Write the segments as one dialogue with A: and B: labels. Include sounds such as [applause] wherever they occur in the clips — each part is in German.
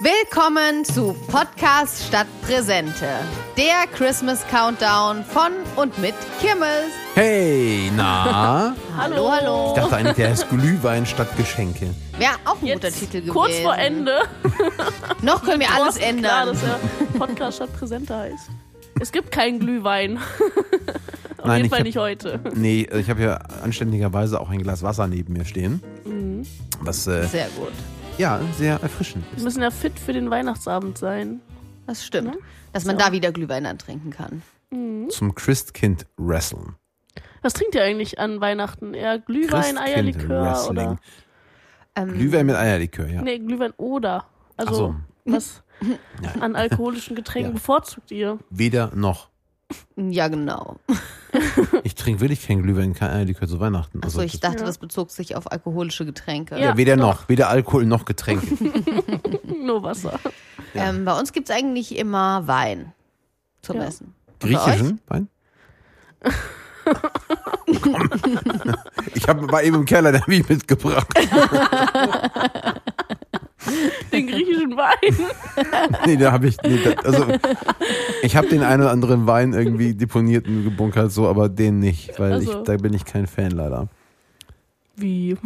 A: Willkommen zu Podcast statt Präsente, der Christmas Countdown von und mit Kimmels.
B: Hey,
C: [laughs]
B: na?
A: Hallo, hallo.
B: Ich dachte eigentlich, der heißt Glühwein statt Geschenke.
A: Wäre auch ein
C: Jetzt
A: guter Titel gewesen.
C: kurz vor Ende.
A: Noch können wir alles
C: Thorsten Klar,
A: ändern.
C: dass er Podcast statt Präsenter heißt. Es gibt keinen Glühwein. Auf
B: Nein,
C: jeden
B: ich
C: Fall
B: hab-
C: nicht heute.
B: Nee, ich habe ja anständigerweise auch ein Glas Wasser neben mir stehen.
C: Mhm.
B: Was, äh,
A: Sehr gut.
B: ja, sehr erfrischend
C: Wir
B: ist.
C: müssen ja fit für den Weihnachtsabend sein.
A: Das stimmt. Dass man da wieder Glühwein antrinken kann.
C: Mhm.
B: Zum Christkind Wrestling.
C: Was trinkt ihr eigentlich an Weihnachten? Eher Glühwein,
B: Christkind
C: Eierlikör oder?
A: Ähm,
B: Glühwein mit Eierlikör, ja.
C: Nee, Glühwein oder. Also
B: so.
C: was
B: Ja.
C: an alkoholischen Getränken
B: [laughs] Ja.
C: bevorzugt ihr?
B: Weder noch.
A: ja, genau.
B: Ich trinke wirklich keinen Glühwein, kein Eierlikör zu Weihnachten. Also
A: Achso, ich dachte,
C: Ja.
A: das bezog sich auf alkoholische Getränke.
C: Ja.
B: ja, weder noch. Weder Alkohol noch
C: [laughs]
B: Getränke.
C: Nur Wasser.
B: Ja.
A: Ähm, bei uns gibt es eigentlich immer Wein zum
C: Ja.
A: Essen. Und bei euch?
B: Griechischen
C: [laughs]
B: Wein? [laughs] ich hab, war eben im Keller, den habe ich mitgebracht.
C: Den
B: [laughs]
C: griechischen Wein.
B: Nee, da habe ich. Nee, da, also, ich habe den einen oder anderen Wein irgendwie deponiert und gebunkert, so, aber den nicht, weil
C: Also.
B: ich, da bin ich kein Fan leider.
C: Wie?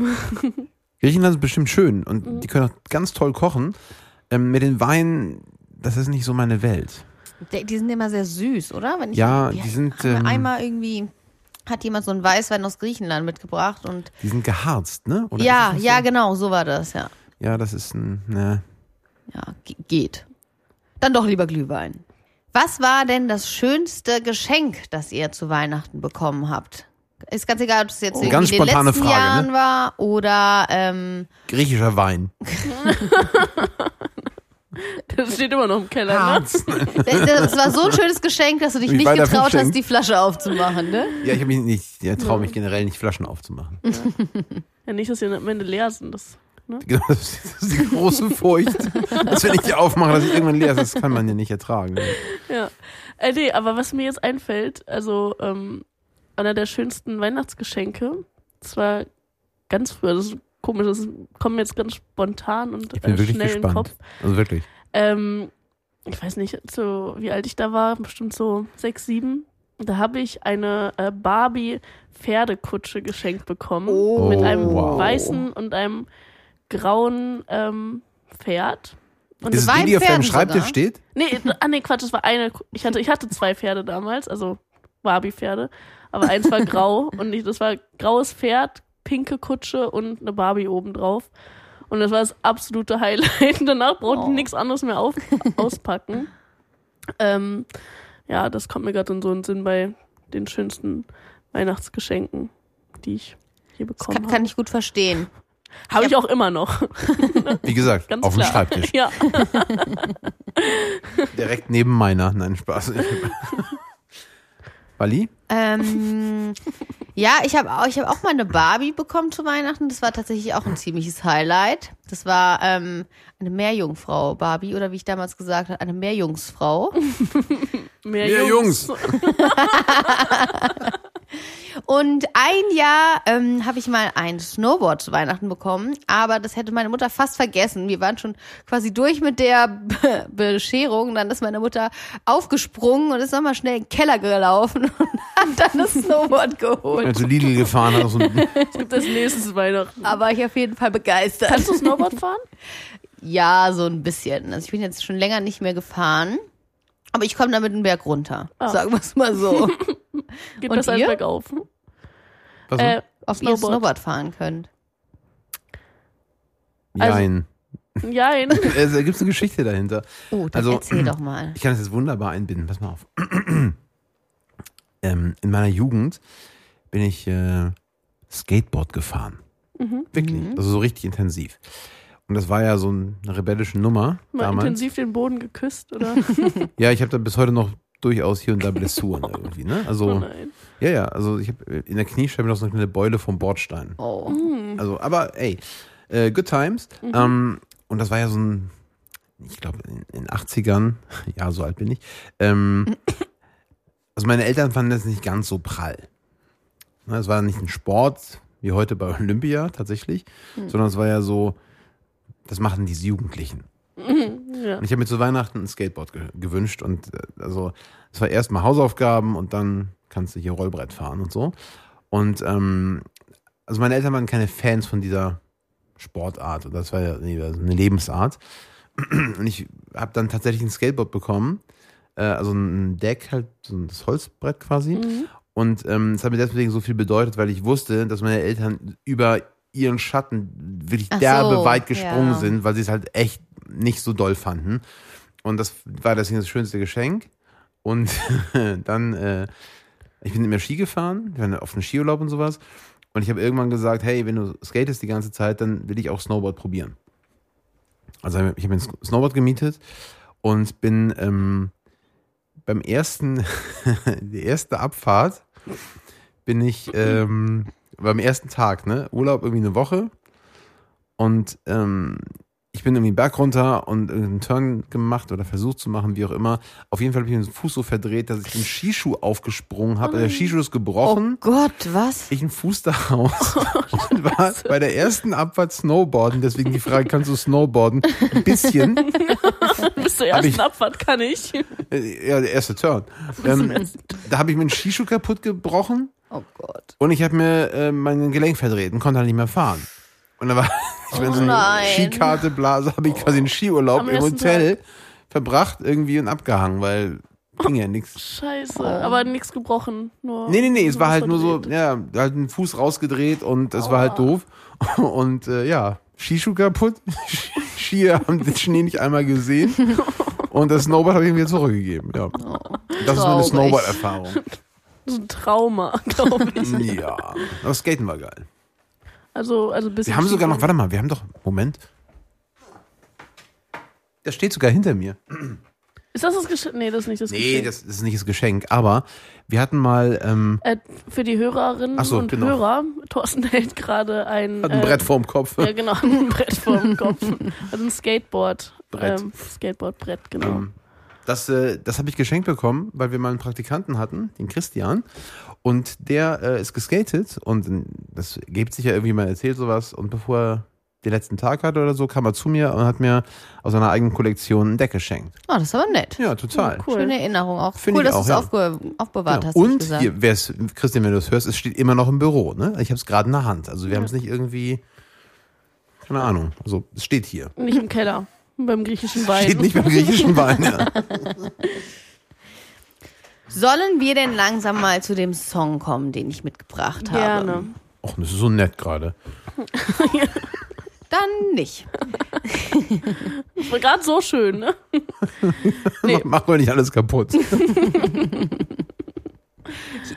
B: Griechenland ist bestimmt schön und
A: Mhm.
B: die können auch ganz toll kochen. Ähm, mit den Weinen, das ist nicht so meine Welt.
A: Die, die sind immer sehr süß, oder? Wenn ich
B: Ja,
A: wir
B: die sind,
A: haben
B: ähm,
A: einmal irgendwie hat jemand so einen Weißwein aus Griechenland mitgebracht und
B: Die sind geharzt, ne? Oder
A: ja,
B: ist das
A: ja, genau, so war das, ja.
B: so? Ja, das ist ein. Ne.
A: Ja, ge- geht. Dann doch lieber Glühwein. Was war denn das schönste Geschenk, das ihr zu Weihnachten bekommen habt? Ist ganz egal, ob es jetzt
B: Oh,
A: irgendwie
B: ganz
A: in den
B: spontane
A: letzten
B: Frage,
A: Jahren
B: ne?
A: war oder ähm,
B: Griechischer Wein.
C: Das steht immer noch im Keller, ne?
B: Harz.
A: es war so ein schönes Geschenk, dass du dich
B: Wie
A: nicht
B: bei der
A: getraut hast,
B: Fünfschenk.
A: die Flasche aufzumachen, ne?
B: Ja, ich, hab mich nicht- ich traue mich generell nicht, Flaschen aufzumachen. [laughs]
C: Ja, nicht, dass ihr am Ende leer sind. Das, ne?
B: Genau, das ist das ist die
A: [laughs]
B: große Furcht, dass wenn ich die aufmache, dass ich irgendwann leer ist. Das kann man ja nicht ertragen.
C: Ja. Äh, nee, aber was mir jetzt einfällt, also ähm, einer der schönsten Weihnachtsgeschenke, das war ganz früher, das ist komisch, das kommt mir jetzt ganz spontan und
B: Ich bin
C: äh,
B: wirklich
C: schnell in den Kopf.
B: gespannt. Also wirklich.
C: Ähm, ich weiß nicht, so wie alt ich da war, bestimmt so sechs, sieben. Da habe ich eine äh, Barbie-Pferdekutsche geschenkt bekommen.
A: Oh.
C: Mit einem
B: Wow.
C: weißen und einem grauen ähm, Pferd. Und
B: Ist
A: war
B: es
A: ein
B: die, die auf deinem
A: Pferd sogar.
B: Schreibtisch steht?
C: Nee, ah nee, Quatsch, es war eine. Ich hatte, ich hatte zwei Pferde damals, also Barbie-Pferde. Aber eins
A: [laughs]
C: war grau und ich, das war graues Pferd, pinke Kutsche und eine Barbie obendrauf. Und das war das absolute Highlight. [laughs] Und danach brauchte ich
A: Oh.
C: nichts anderes mehr auf, auspacken. ähm, ja, das kommt mir gerade in so einen Sinn bei den schönsten Weihnachtsgeschenken, die ich hier bekommen
A: Kann, kann ich gut verstehen.
C: habe. Habe ich auch immer noch. [laughs]
B: Wie gesagt,
C: Ganz
B: auf dem
C: klar. [laughs]
B: Schreibtisch.
C: ja.
B: Direkt neben meiner. Nein,
C: [laughs]
B: Spaß. Wally?
A: Ähm, ja, ich habe auch, ich hab auch mal eine Barbie bekommen zu Weihnachten. Das war tatsächlich auch ein ziemliches Highlight. Das war ähm, eine Meerjungfrau Barbie oder wie ich damals gesagt habe, eine Meerjungsfrau.
C: Mehr,
B: Mehr Jungs.
A: Und ein Jahr ähm, habe ich mal ein Snowboard zu Weihnachten bekommen, aber das hätte meine Mutter fast vergessen. Wir waren schon quasi durch mit der Be Bescherung. Dann ist meine Mutter aufgesprungen und ist nochmal schnell in den Keller gelaufen [laughs] und hat dann das Snowboard geholt.
B: Als du Lidl gefahren hast. Und
C: [laughs] Es gibt als nächstes Weihnachten.
A: Aber ich auf jeden Fall begeistert.
C: Kannst du Snowboard fahren?
A: Ja, so ein bisschen. Also ich bin jetzt schon länger nicht mehr gefahren, aber ich komme damit einen Berg runter.
C: Ah.
A: Sagen wir es mal
C: [laughs]
A: so.
C: Geht
A: Und
C: das halt
A: ihr?
C: bergauf.
B: was
C: Äh,
A: Ob ihr
C: Snowboard.
A: Snowboard fahren könnt.
C: also-
B: Nein. [laughs]
C: Jein.
B: Also, da gibt es eine Geschichte dahinter.
A: Oh, dann
B: Also,
A: erzähl doch mal.
B: Ich kann das jetzt wunderbar einbinden. Pass mal auf. [clears throat] ähm, in meiner Jugend bin ich äh, Skateboard gefahren.
C: Mhm.
B: Wirklich. Also so richtig intensiv. Und das war ja so ein- eine rebellische Nummer
C: Mal
B: damals.
C: intensiv den Boden geküsst,
B: [laughs]
C: oder?
B: Ja, ich habe da bis heute noch durchaus hier und da
C: [laughs]
B: Blessuren irgendwie, ne?
C: Oh
B: Also,
C: nein.
B: ja, ja, also ich habe in der Kniescheibe noch so eine kleine Beule vom Bordstein.
A: Oh.
C: Mm.
B: Also, aber ey, äh, good times. Ähm, und das war ja so ein, ich glaube, in den 80ern, [laughs] ja, so alt bin ich. Ähm, also meine Eltern fanden das nicht ganz so prall. Ne, Es war nicht ein Sport wie heute bei Olympia tatsächlich, sondern es war ja so, das machen diese Jugendlichen. [laughs]
C: Ja.
B: Und ich habe mir zu Weihnachten ein Skateboard ge gewünscht und äh, also es war erstmal Hausaufgaben und dann kannst du hier Rollbrett fahren und so. Und ähm, also meine Eltern waren keine Fans von dieser Sportart und das war ja nee, das war eine Lebensart. [clears throat] Und ich habe dann tatsächlich ein Skateboard bekommen, äh, also ein Deck halt, so ein das Holzbrett quasi.
A: Mhm.
B: Und ähm, es hat mir deswegen so viel bedeutet, weil ich wusste, dass meine Eltern über ihren Schatten wirklich
A: Ach
B: derbe
A: so,
B: weit gesprungen
A: ja.
B: sind, weil sie es halt echt nicht so doll fanden. Und das war deswegen das schönste Geschenk. Und [laughs] dann, äh, ich bin immer Ski gefahren, ich war auf einen Skiurlaub und sowas. Und ich habe irgendwann gesagt, hey, wenn du skatest die ganze Zeit, dann will ich auch Snowboard probieren. Also ich habe mir ein Snowboard gemietet und bin ähm, beim ersten, [laughs] die erste Abfahrt bin ich ähm, beim ersten Tag, ne? Urlaub irgendwie eine Woche und ähm, ich bin irgendwie einen Berg runter und einen Turn gemacht oder versucht zu machen, wie auch immer. Auf jeden Fall habe ich mir den Fuß so verdreht, dass ich den Skischuh aufgesprungen habe. der Skischuh ist gebrochen
A: Oh Gott, was?
B: ich einen Fuß da raus [laughs] und war bei der ersten Abfahrt Snowboarden. Deswegen die Frage, kannst du Snowboarden? Ein bisschen.
C: Bis zur ersten
B: ich-
C: Abfahrt kann ich.
B: Äh, Ja, der erste Turn. Ähm, da habe ich mir einen Skischuh kaputt gebrochen
A: Oh Gott.
B: und ich habe mir äh, mein Gelenk verdreht und konnte halt nicht mehr fahren. Und da war [laughs] ich bin so eine
A: nein.
B: Skikarte, Blase, habe ich quasi einen Skiurlaub
C: Am
B: im
C: ersten
B: Hotel verbracht irgendwie und abgehangen, weil ging ja nichts.
C: Scheiße. Aber nichts gebrochen. Nur
B: Oh. Nee, nee, nee, es war halt nur so,
C: verdreht.
B: ja, halt einen Fuß rausgedreht und es war halt doof. Und äh, ja, Skischuh kaputt. [laughs] Skier haben den Schnee nicht einmal gesehen. Und das Snowboard habe ich ihm wieder zurückgegeben. Ja.
C: Oh,
B: Das ist meine
A: Traurig.
B: Snowboard-Erfahrung.
C: [laughs] So ein Trauma, [laughs] glaube ich.
B: Ja. Aber Skaten war geil.
C: Also, also ein bisschen.
B: Wir haben sogar
C: tiefer.
B: noch, warte mal, wir haben doch, Moment. Das steht sogar hinter mir.
C: Ist das das Geschenk? Nee, das ist nicht das
B: Nee,
C: Geschenk.
B: das ist nicht das Geschenk, aber wir hatten mal ähm,
C: Äh, für die Hörerinnen
B: Ach so,
C: und
B: genau.
C: Hörer, Thorsten hält gerade ein,
B: hat ein
C: äh,
B: Brett vorm Kopf.
C: [laughs] Ja, genau, ein Brett
B: [laughs]
C: vorm Kopf. Also ein Skateboard.
B: Brett.
C: Ähm, Skateboardbrett, genau.
B: Ähm, Das, äh, das habe ich geschenkt bekommen, weil wir mal einen Praktikanten hatten, den Christian. Und der äh, ist geskatet und äh, das gibt sich ja irgendwie mal erzählt sowas. Und bevor er den letzten Tag hatte oder so, kam er zu mir und hat mir aus seiner eigenen Kollektion ein Deck geschenkt.
A: Oh, das ist aber nett.
B: Ja, total.
C: cool.
A: Schöne Erinnerung auch.
B: Finde
A: cool,
B: ich
A: dass du es
B: auch, ja.
A: aufge aufbewahrt
B: Genau.
A: hast. hab ich
B: Und
A: gesagt.
B: hier, wer's, Christian, wenn du das hörst, es steht immer noch im Büro. Ne? Ich habe es gerade in der Hand. Also wir haben es nicht irgendwie, keine Ahnung. Also es steht hier.
C: Nicht im Keller, beim griechischen Wein.
B: Steht nicht beim griechischen Wein. Ja.
A: Sollen wir denn langsam mal zu dem Song kommen, den ich mitgebracht habe?
C: Gerne.
B: Och, das ist so nett gerade.
A: Dann nicht.
C: Das war gerade so schön, ne?
B: Mach, [laughs] mach doch nicht alles kaputt.
A: Ich,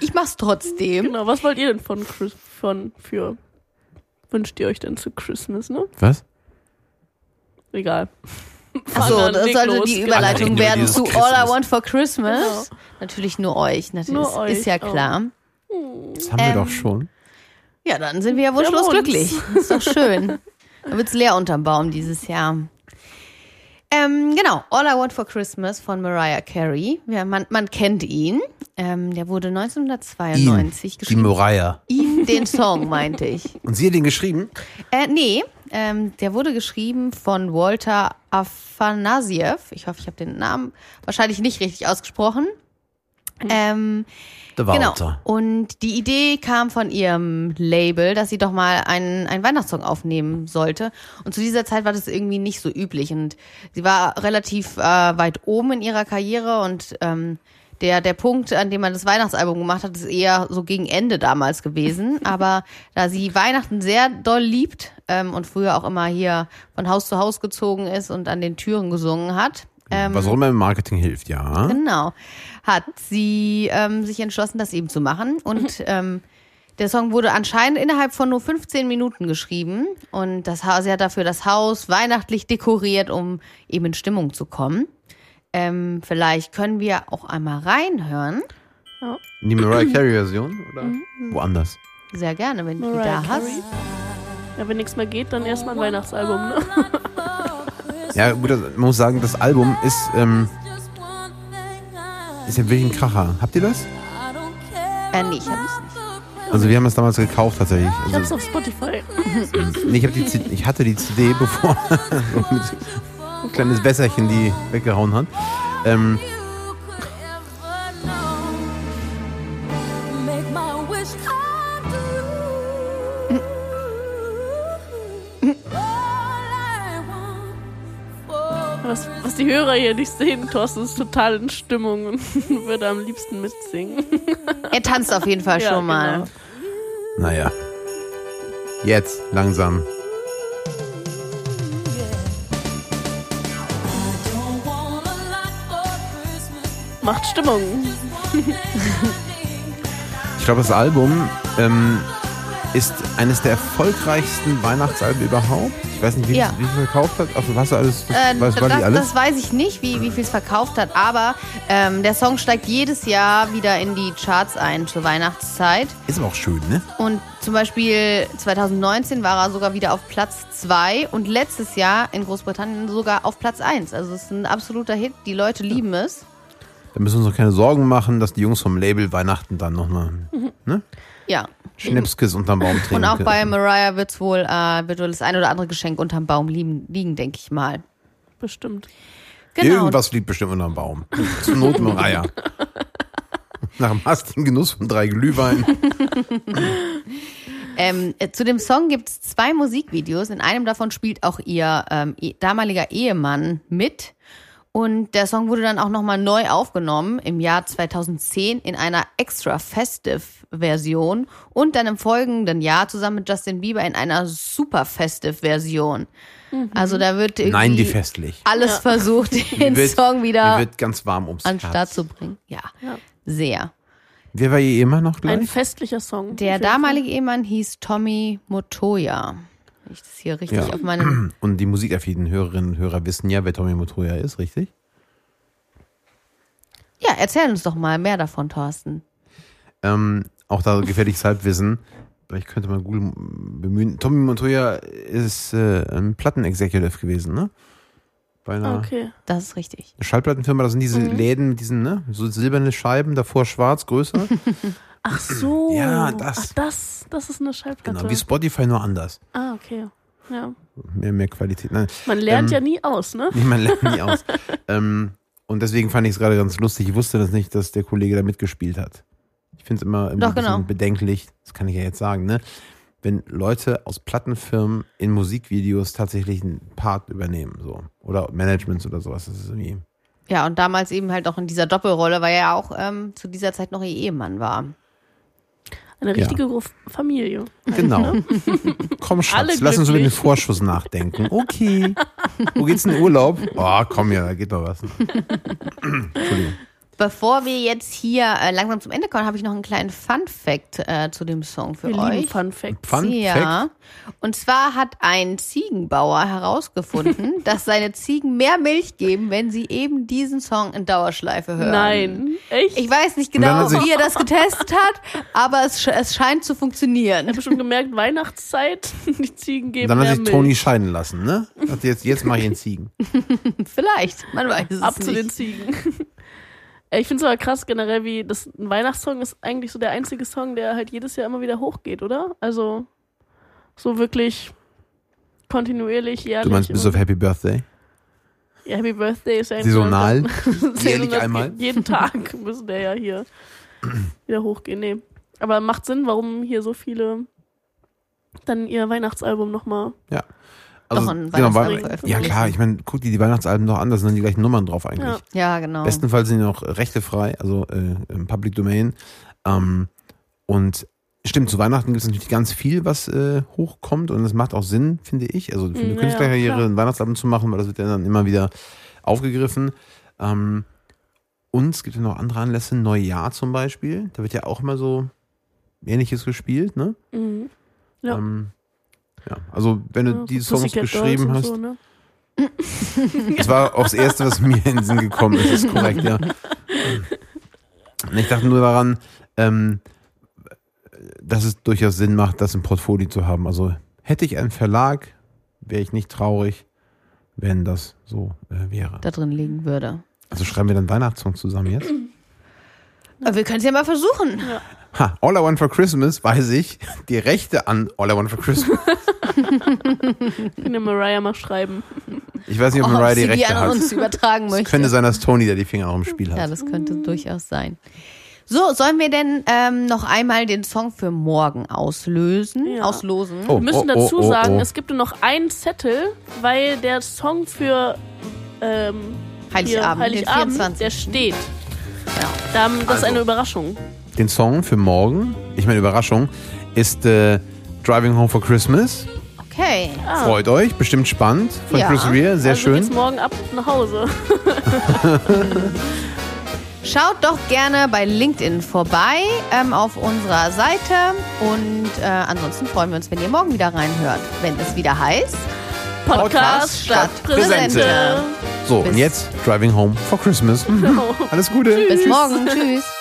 A: ich mach's trotzdem.
C: Genau, was wollt ihr denn von Chris, von, für, wünscht ihr euch denn zu Christmas, ne?
B: Was?
C: Egal.
A: Achso,
C: Fang an,
A: das
C: leg
A: sollte
C: los. Genau.
A: die
B: Reden
A: Überleitung
B: über
A: werden
B: dieses
A: zu All
B: Christmas.
A: I Want for Christmas. Natürlich nur euch. Natürlich
C: Nur
A: ist,
C: euch,
A: ist ja
C: oh.
A: klar.
B: Das haben wir
A: Ähm,
B: doch schon.
A: Ja, dann sind wir ja wunschlos
C: Wir haben uns.
A: glücklich. Ist doch schön. Dann wird's leer unterm Baum dieses Jahr. Ähm, genau, All I Want for Christmas von Mariah Carey. Ja, man, man kennt ihn. Ähm, der wurde 1992
B: die
A: geschrieben.
B: Moriah.
A: Ihn, den Song, meinte ich.
B: Und sie hat den geschrieben?
A: Äh, nee, ähm, der wurde geschrieben von Walter Afanasiev. Ich hoffe, ich habe den Namen wahrscheinlich nicht richtig ausgesprochen. Ähm,
B: Der
A: Genau. Und die Idee kam von ihrem Label, dass sie doch mal einen, einen Weihnachtssong aufnehmen sollte. Und zu dieser Zeit war das irgendwie nicht so üblich. Und sie war relativ äh, weit oben in ihrer Karriere und ähm, der, der Punkt, an dem man das Weihnachtsalbum gemacht hat, ist eher so gegen Ende damals gewesen. Aber da sie Weihnachten sehr doll liebt ähm, und früher auch immer hier von Haus zu Haus gezogen ist und an den Türen gesungen hat, ähm,
B: Was auch immer im Marketing hilft, ja.
A: Genau. Hat sie ähm, sich entschlossen, das eben zu machen. Und
C: Mhm.
A: ähm, der Song wurde anscheinend innerhalb von nur 15 Minuten geschrieben. Und das Haus, sie hat dafür das Haus weihnachtlich dekoriert, um eben in Stimmung zu kommen. Ähm, vielleicht können wir auch einmal reinhören.
B: Die Mariah Carey-Version oder
A: Mhm.
B: woanders?
A: Sehr gerne, wenn du die
C: Mariah
A: da
C: Carey.
A: hast.
C: Ja, wenn nichts mehr geht, dann erstmal ein Weihnachtsalbum, ne?
B: Ja, gut, das- man muss sagen, das Album ist, ähm, ist ja wirklich ein Kracher. Habt ihr das?
A: Äh, nee, ich hab's nicht.
B: Also wir haben das damals gekauft tatsächlich.
C: Ich hab's
B: Also,
C: auf Spotify.
B: [laughs] nee, ich, hab die C- ich hatte die CD bevor. so mit kleines Wässerchen, die weggehauen hat. Ähm,
C: Was, was die Hörer hier nicht sehen, Thorsten ist total in Stimmung und [laughs] würde am liebsten mitsingen.
A: Er tanzt auf jeden Fall
C: [laughs] Ja,
A: schon mal.
C: genau.
B: naja. Jetzt, langsam.
C: Macht Stimmung.
B: Ich glaube, das Album ähm, ist eines der erfolgreichsten Weihnachtsalben überhaupt. Ich weiß nicht, wie,
A: Ja.
B: wie viel verkauft hat. Also, was du alles, das,
A: Äh,
B: was war
A: das,
B: die alles?
A: das weiß ich nicht, wie, wie viel es verkauft hat, aber ähm, der Song steigt jedes Jahr wieder in die Charts ein zur Weihnachtszeit.
B: ist aber auch schön, ne?
A: Und zum Beispiel 2019 war er sogar wieder auf Platz 2 und letztes Jahr in Großbritannien sogar auf Platz 1. Also es ist ein absoluter Hit, die Leute lieben es.
B: Da müssen wir uns noch keine Sorgen machen, dass die Jungs vom Label Weihnachten dann nochmal ne?
A: Ja.
B: Schnipskes unterm Baum
A: [laughs]
B: trinken.
A: Und auch bei
B: können.
A: Mariah wird's wohl, äh, wird wohl das ein oder andere Geschenk unterm Baum liegen, liegen denke ich mal.
C: Bestimmt.
A: Genau.
B: Irgendwas liegt bestimmt unterm Baum. Zur Not Mariah.
A: [laughs]
B: Nach dem hastigen Genuss von drei Glühwein.
A: Ähm, äh, zu dem Song gibt es zwei Musikvideos. In einem davon spielt auch ihr ähm, eh- damaliger Ehemann mit. Und der Song wurde dann auch nochmal neu aufgenommen im Jahr 2010 in einer extra festive Version und dann im folgenden Jahr zusammen mit Justin Bieber in einer super festive Version. Also da wird irgendwie
B: Nein, die festlich.
A: alles versucht, den
B: Die wird-
A: Song
B: Die
A: wieder
B: wird ganz warm ums
A: an den Start
B: Herz.
A: zu bringen. Ja, sehr.
B: Wer war ihr immer noch
C: Ein
B: gleich?
C: festlicher
A: Der
C: Song. Auf jeden Fall.
A: damalige Ehemann hieß Tommy Motoya. Wenn Ich das hier richtig
B: Ja.
A: auf meinem
B: Und die musikaffinen Hörerinnen und Hörer wissen ja, wer Tommy Mottoya ist, richtig?
A: Ja, erzähl uns doch mal mehr davon, Thorsten.
B: Ähm, auch da gefährliches Halbwissen. Vielleicht könnte man Google bemühen. Tommy Montoya ist äh, ein Plattenexecutive gewesen, ne? Bei einer
C: Okay.
A: Das ist richtig.
B: Schallplattenfirma. Da sind diese Läden mit diesen, ne? So silberne Scheiben, davor schwarz, größer. Genau,
C: Ach so.
B: Ja, das.
C: Ach, das, das ist eine Schallplatte.
B: genau, wie Spotify, nur anders.
C: ah, okay. Ja.
B: Mehr, mehr Qualität. Nein,
C: Man
B: Ähm,
C: lernt ja nie aus, ne?
B: nee, man lernt nie aus. Ähm, und deswegen fand ich es gerade ganz lustig. Ich wusste das nicht, dass der Kollege da mitgespielt hat. Ich finde es immer irgendwie
A: Doch,
B: ein bisschen
A: genau.
B: bedenklich, das kann ich ja jetzt sagen, ne? wenn Leute aus Plattenfirmen in Musikvideos tatsächlich einen Part übernehmen. So. Oder Managements oder sowas. Das ist
C: [laughs]
B: irgendwie.
A: Ja, und damals eben halt auch in dieser Doppelrolle, weil er ja auch ähm, zu dieser Zeit noch ihr Ehemann war.
C: Eine richtige Gro- Familie.
B: Genau. komm, Schatz,
C: Alle
B: lass uns über den
C: glücklich.
B: Vorschuss nachdenken. Okay. Wo geht's in den Urlaub? Oh, komm ja, da geht doch was. Entschuldigung.
A: Bevor wir jetzt hier äh, langsam zum Ende kommen, habe ich noch einen kleinen Fun-Fact äh, zu dem Song für
C: Wir lieben
A: euch.
C: Fun Facts.
B: Fun Fact.
A: ja. Und zwar hat ein Ziegenbauer
C: [laughs]
A: herausgefunden, dass seine Ziegen mehr Milch geben, wenn sie eben diesen Song in Dauerschleife hören.
C: Nein. Echt?
A: Ich weiß nicht
B: dann
A: genau,
B: hat sich-
A: wie er das getestet hat, aber es, sch- es scheint zu funktionieren.
C: habe schon gemerkt, Weihnachtszeit, [laughs] die Ziegen geben
B: Dann hat
C: mehr
B: sich
C: Milch.
B: Toni scheiden lassen, ne? Hat jetzt, jetzt mache ich einen Ziegen.
A: Vielleicht, man weiß es
C: Ab
A: nicht.
C: zu den Ziegen. [laughs] Äh, Ich finde es aber krass generell, wie das ein Weihnachtssong ist eigentlich so der einzige Song, der halt jedes Jahr immer wieder hochgeht, oder? Also so wirklich kontinuierlich, jährlich.
B: Du meinst bis
C: immer-
B: auf Happy Birthday?
C: ja, Happy Birthday ist ja eigentlich
B: Saisonal?
C: [laughs] Saisonal-
B: Jährlich einmal?
C: Jeden Tag [laughs] müssen der
B: [clears throat]
C: ja hier wieder hochgehen. Nee. Aber macht Sinn, warum hier so viele dann ihr Weihnachtsalbum nochmal.
B: Ja.
A: Doch, ein
B: Also, genau, weil-
A: Weihnachtslied.
B: ja klar, ich meine, guck dir die Weihnachtsalben doch an, da sind dann die gleichen Nummern drauf eigentlich.
C: Ja.
A: Ja, genau.
B: Bestenfalls sind die noch rechtefrei, also äh, im Public Domain. Ähm, und stimmt, zu Weihnachten gibt es natürlich ganz viel, was äh, hochkommt und das macht auch Sinn, finde ich. Also für eine
C: Ja,
B: Künstlerkarriere
C: klar.
B: ein Weihnachtsalbum zu machen, weil das wird ja dann immer wieder aufgegriffen. Ähm, und es gibt ja noch andere Anlässe, Neujahr zum Beispiel, da wird ja auch immer so Ähnliches gespielt, ne?
C: Mhm. Ja.
B: Ähm, ja, also wenn du
C: Ja,
B: die
C: so
B: Songs
C: Pussycat Dolls
B: geschrieben
C: und
B: hast,
C: So, ne?
B: das war auch das Erste, was mir in den Sinn gekommen ist, ist korrekt, ja. Und ich dachte nur daran, ähm, dass es durchaus Sinn macht, das im Portfolio zu haben. Also hätte ich einen Verlag, wäre ich nicht traurig, wenn das so äh, wäre.
A: da drin liegen würde.
B: Also schreiben wir dann Weihnachtssong zusammen jetzt?
A: Aber wir können es ja mal versuchen.
B: Ha, All I Want for Christmas, weiß ich, die Rechte an All I Want for Christmas. Oh,
C: Kann ja Mariah mal schreiben.
B: Ich weiß nicht, ob
A: Oh, ob
B: Mariah die
A: sie die
B: Rechte
A: an
B: hat.
A: uns
B: [laughs]
A: übertragen
B: Es
A: möchte. Mm.
B: könnte sein, dass Tony da die Finger auch im Spiel hat.
A: Ja, das könnte durchaus sein. So, sollen wir denn ähm, noch einmal den Song für morgen auslösen?
C: Ja.
A: Auslosen?
B: Oh,
C: Wir müssen
B: oh, oh,
C: dazu
B: oh,
C: sagen,
B: oh.
C: es gibt nur noch einen Zettel, weil der Song für ähm, hier
A: Heiligabend,
C: Heiligabend
A: den 24.
C: der steht.
A: Ja.
C: Da, das ist
B: Also.
C: eine Überraschung.
B: Den Song für morgen, ich meine Überraschung, ist äh, Driving Home for Christmas.
A: Okay.
C: Ah.
B: Freut euch, bestimmt spannend von
A: Ja.
B: Chris Rea, sehr
C: also
B: schön.
C: geht's morgen ab nach Hause.
A: Schaut doch gerne bei LinkedIn vorbei ähm, auf unserer Seite. Und äh, ansonsten freuen wir uns, wenn ihr morgen wieder reinhört, wenn es wieder heißt.
C: Podcast statt Präsente.
B: So, und
A: Bis- [laughs]
B: jetzt Driving Home for Christmas. Alles Gute.
A: Bis morgen. Tschüss.